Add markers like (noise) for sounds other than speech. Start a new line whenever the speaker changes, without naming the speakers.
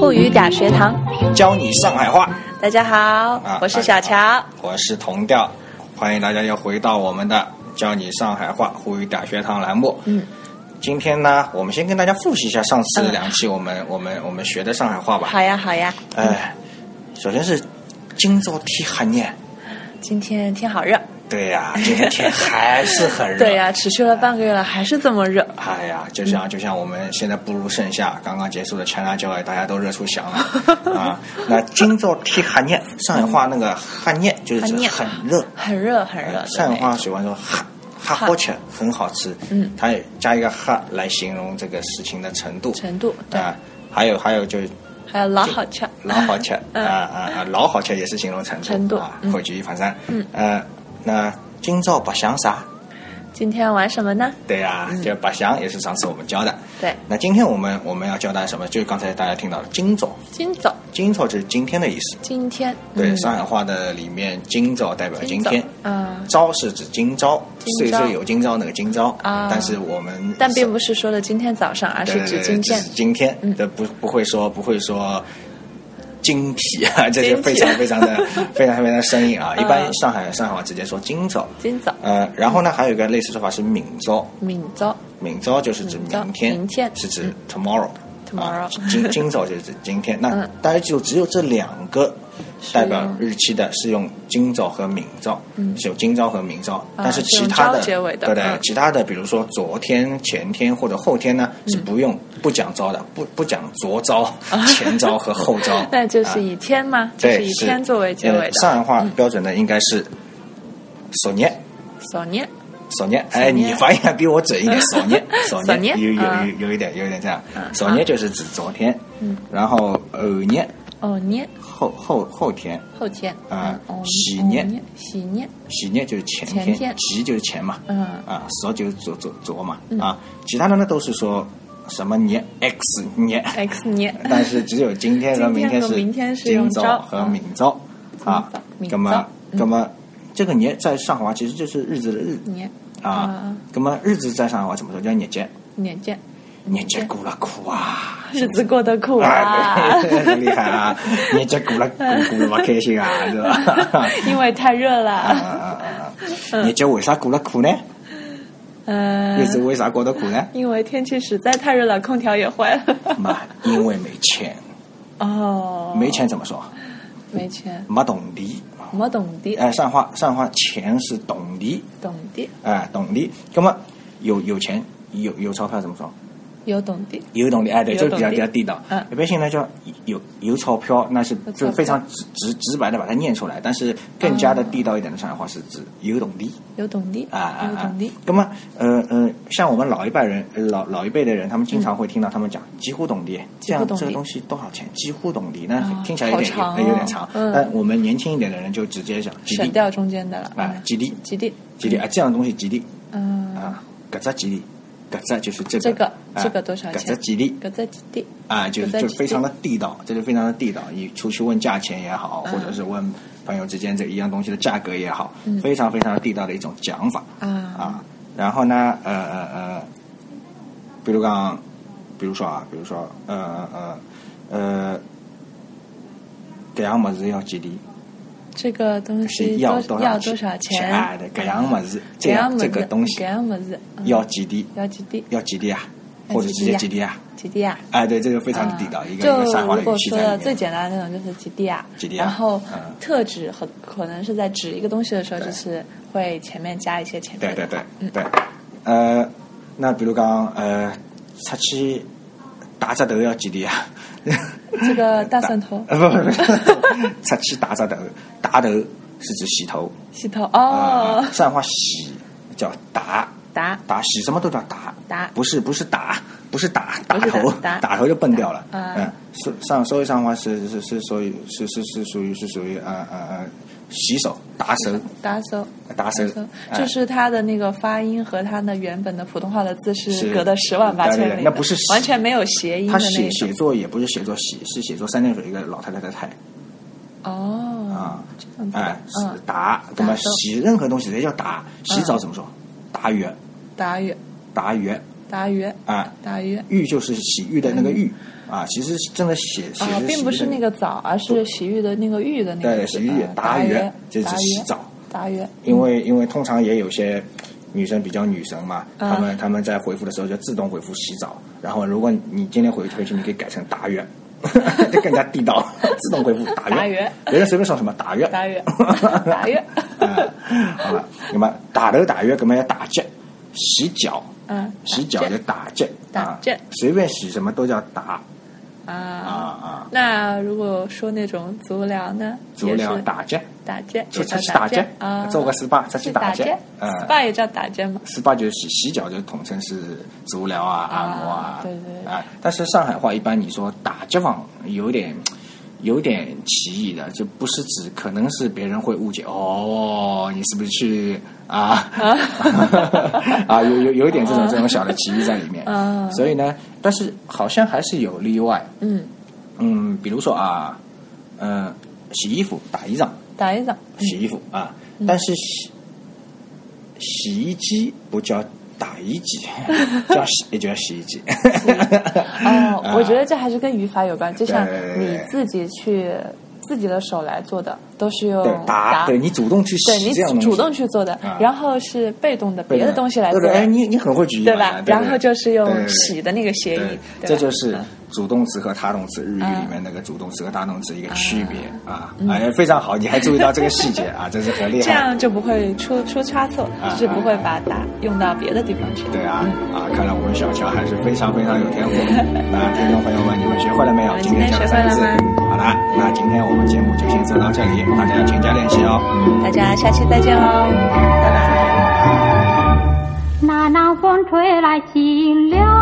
陆语假学堂，
教你上海话。
大家
啊
好，我是小乔。
我是童调，欢迎大家又回到我们的教你上海话沪语大学堂栏目。
嗯，
今天呢，我们先跟大家复习一下上次两期我们、我们我们学的上海话吧。
好呀，好呀，
哎，首先是今朝天黑呢，
今天天好热。
对呀、今天天还是很热。
对呀、持续了半个月了，还是这么热。
哎呀，就像就像我们现在步入盛夏，刚刚结束的全辣椒，大家都热出翔
(laughs)
了啊！那今朝天黑呢，上海话那个黑呢，就是
黑
指
呢
很热。
很热很热的
上海
那
话
种，
喜欢说哈哈好吃，很好吃。
嗯，
它也加一个哈来形容这个事情的程度。
程度对，
啊，还有还有就
还有老好吃，
老好吃啊
嗯
啊啊，老好吃也是形容程度。
程度
啊，
嗯
口诀一反三。
嗯，
呃，那今朝白相啥？
(laughs) 今天玩什么呢？
对呀，
嗯
就白相也是上次我们教的。
对，
那今天我们我们要教大家什么？就是刚才大家听到的“今朝
今早”，“
今朝”就是今天的意思。
今天
对，
嗯
上海话的里面“今朝”代表今
今早
天，
啊，
朝是指今朝，岁
今朝
岁有今朝那个今朝，
啊
但是我们
但并不是说的今天早上，而
对
是
对
指
对
今天
只是今天，
嗯
对不不会说不会说。精疲
(laughs)
啊，这是
精疲
非常非
(laughs)
常的非常非常的生硬啊！一般
嗯
上海上海话直接说今朝，
今早
呃，然后呢，还有一个类似说法是明朝，
明早
明朝就是指
明朝
明天，
明天嗯
是指 tomorrow，tomorrow、
Tomorrow
啊、今今早就是指今天。那
(laughs) 嗯
大家就只有这两个
是
代表
用
日期的，是用今早和明早，
嗯
是有今早和明早。
啊
但是其他
是
的，
用朝结尾的
对对，
嗯。
其他的比如说昨天、前天或者后天呢，是不用不讲朝的，不不讲昨朝、前朝和后朝
(laughs) 那就是
啊
以天吗？就
对
是以天作为结尾
呃
的。嗯
上海话标准的应该是昨日。
索年
索涅，哎，你发音还比我准
(laughs)
一点。索涅，索
索
涅，
涅
有有有
嗯
有一点，有一点这样。
嗯
索涅就是指昨天，
嗯
然后偶涅
哦年
后后后天，
后天
啊
嗯哦
喜
哦
年
喜年
喜涅就是前
前
天
天，
吉就是前嘛，
嗯
啊，索就是昨昨昨嘛
嗯，
啊，其他的呢都是说什么年 X
(laughs)
年，
X 年 (laughs)
但是只有今天和
今
明
天和
是
明天是
今
用
朝
朝
和明朝啊
明，朝
那么
嗯
那么这个年在上海话其实就是日子的日
年
啊
啊，
那么日子在上海话怎么说叫日节？
年见
日节过了苦啊！
(laughs) 日子过得苦
(laughs)
啊 (laughs)
啊，，对厉害啊！日节过了苦，过了不开心啊，是吧？ (laughs)
因为太热了。 (laughs)
啊日节为啥过了苦呢？
嗯
日，子为啥过得苦
(laughs)
呢？
呃因为天气实在太热了，空调也坏
(laughs)
了。
嘛，因为没钱，
哦，
没钱怎么说？
没钱，
没动力。
没懂的，
哎，上海话上海话钱是动力，
懂的
哎，动力。那么有有钱有有钞票怎么说？
有懂的，
有动力，哎，对，
有
这个比较
动力
比较地道。
嗯
一般性呢叫有有钞票，那是
有
就
钞
非常
票
直直直白的把它念出来，但是更加的地道一点的上海话是指有动力
有懂的
啊啊
有
啊
懂的。
那么呃呃，像我们老一辈人呃老老一辈的人，他们经常会听到他们讲几乎动力，这
几乎
样
动力
这个东西多少钱？几乎动力，那
啊
听起来有点
好长哦
有点长。
嗯
但我们年轻一点的人就直接讲几
省
钿
掉中间的了。
啊，
嗯
几钿
几地，
几钿啊，这样的东西几钿
嗯，
啊，搿只几钿。搿只就是这个，
这个
啊
这个多少
搿只
钱
几钿，
搁在几地，
啊，就
不再
就
去
非常的地道，这就非常的地道。你出去问价钱也好，或者是问朋友之间这一样东西的价格也好，
嗯
非常非常地道的一种讲法
啊
啊。然后呢，呃呃呃，比如讲，比如说啊，比如说，呃呃呃，搿样物事要几钿？
这个东
是
西
要
多
少
要
多
多少钱？嗯
啊，搿样物事，这
搿样
样
物
这
事，
个东西
搿样物事嗯
要几钿？
要几钿？
要几钿啊？
要
或者
嗯几
直接
钿
几钿啊？
几钿啊？
哎，对，这个非常的地道，一个一个
就
上海话的
如果
语气
说
在里
的
面。
最简单的那种就是几地啊，
几地啊
然后
嗯
特指和可能是在指一个东西的时候，
对
就是会前面加一些前
对
面的
对对
话，嗯，
对，呃，那比如讲，呃，出去打只头要几钿啊？
这个大蒜头、
呃，不不不， (laughs) 出去打只头，打头是指洗头
洗头
啊
哦，，
上海话洗叫打。
打
打洗什么都叫打
打
不是不是打，不是打打
不是打
头，
打
头就笨掉了。
打啊
嗯，是上所以上话是是是属于是是是属于是属于呃呃呃洗手打手
打手。
打手，哎
就是它的那个发音和它的原本的普通话的字
是
是隔的十万八
对
千
对对
里的，
那不是洗
完全没有谐音
他
的
写
那
写
种
作也不是写作喜，是写作三点水一个老太太的太
哦
啊，
嗯这样子的
哎，是
嗯，
打，那么
打嗯都
洗任何东西直接叫打，洗澡怎么说？打浴，
打鱼
打浴
打鱼
啊，
打鱼
浴就是洗浴的那个浴啊，其实真的写写
嗯啊，
是
并不
洗
是
浴的
那个澡，而是洗浴的那个浴的那个
对
字
洗浴
啊
达
达
元，这
达
是洗澡。
达元，
因为因为通常也有些女生比较女神嘛，
啊
她们她们在回复的时候就自动回复洗澡，然后如果你今天回回去，你可以改成达元， (laughs) 就更加地道，自动回复达
达
元
元，
别人随便说什么达元，
达
(laughs)
元，达元，
啊，好了，那么打头打约，搿么要打结，洗脚，
嗯，
(laughs) 洗脚就打结，
打
啊
结
随便洗什么都叫打啊
啊。
啊，
那如果说那种足疗呢，
足疗打结，
打结，
出
也
出
叫
去打
结
结
啊，，
做个 SPA 出去
是
打
打
结，嗯
，SPA 也叫打结嘛，
，SPA 就是洗洗脚，就统称是足疗啊、
啊
按摩啊，
对对对
啊，但是上海话一般你说打结房有点。有点歧义的，就不是指，可能是别人会误解哦，你是不是去啊？啊，有有有一点这种这种小的歧义在里面。
啊
(laughs) 所以呢，但是好像还是有例外，
嗯，
嗯，比如说啊，嗯、洗衣服、打衣裳、
打一掌，嗯
洗衣服啊，但是洗洗衣机不叫打衣机， (laughs) 叫洗也叫洗衣机。
哦，我觉得这还是跟语法有关，就像
啊对对对
你自己去自己的手来做的，都是用
对，打，对你主动去
哦对
洗这样
你
东西，
主动去做的
啊，
然后是被动的
对
别的东西来做
对对，哎，
的，
你你很会举例
对
嘛
吧？然后就是
对对
用
对
洗的那个谐
对
音，，
这
吧嗯
就是主动词和他动词日语里面那个主动词和他动词一个区别啊，哎，非常好，你还注意到这个
(laughs)
细节啊，真是很厉
这
害。
样就不会出出差错，
啊
就是不会把打用到别的地方去。
对啊，啊，看来我们小乔还是非常非常有天赋。
(laughs)
那听众朋友们，你们学会了没有
我？们
今
今
天
天
讲
学
了
会
三个字
了。
好啦，那今天我们节目就先做到这里，大家要勤加练习哦。
嗯大家下期再见哦，拜拜。
那南风吹来清凉。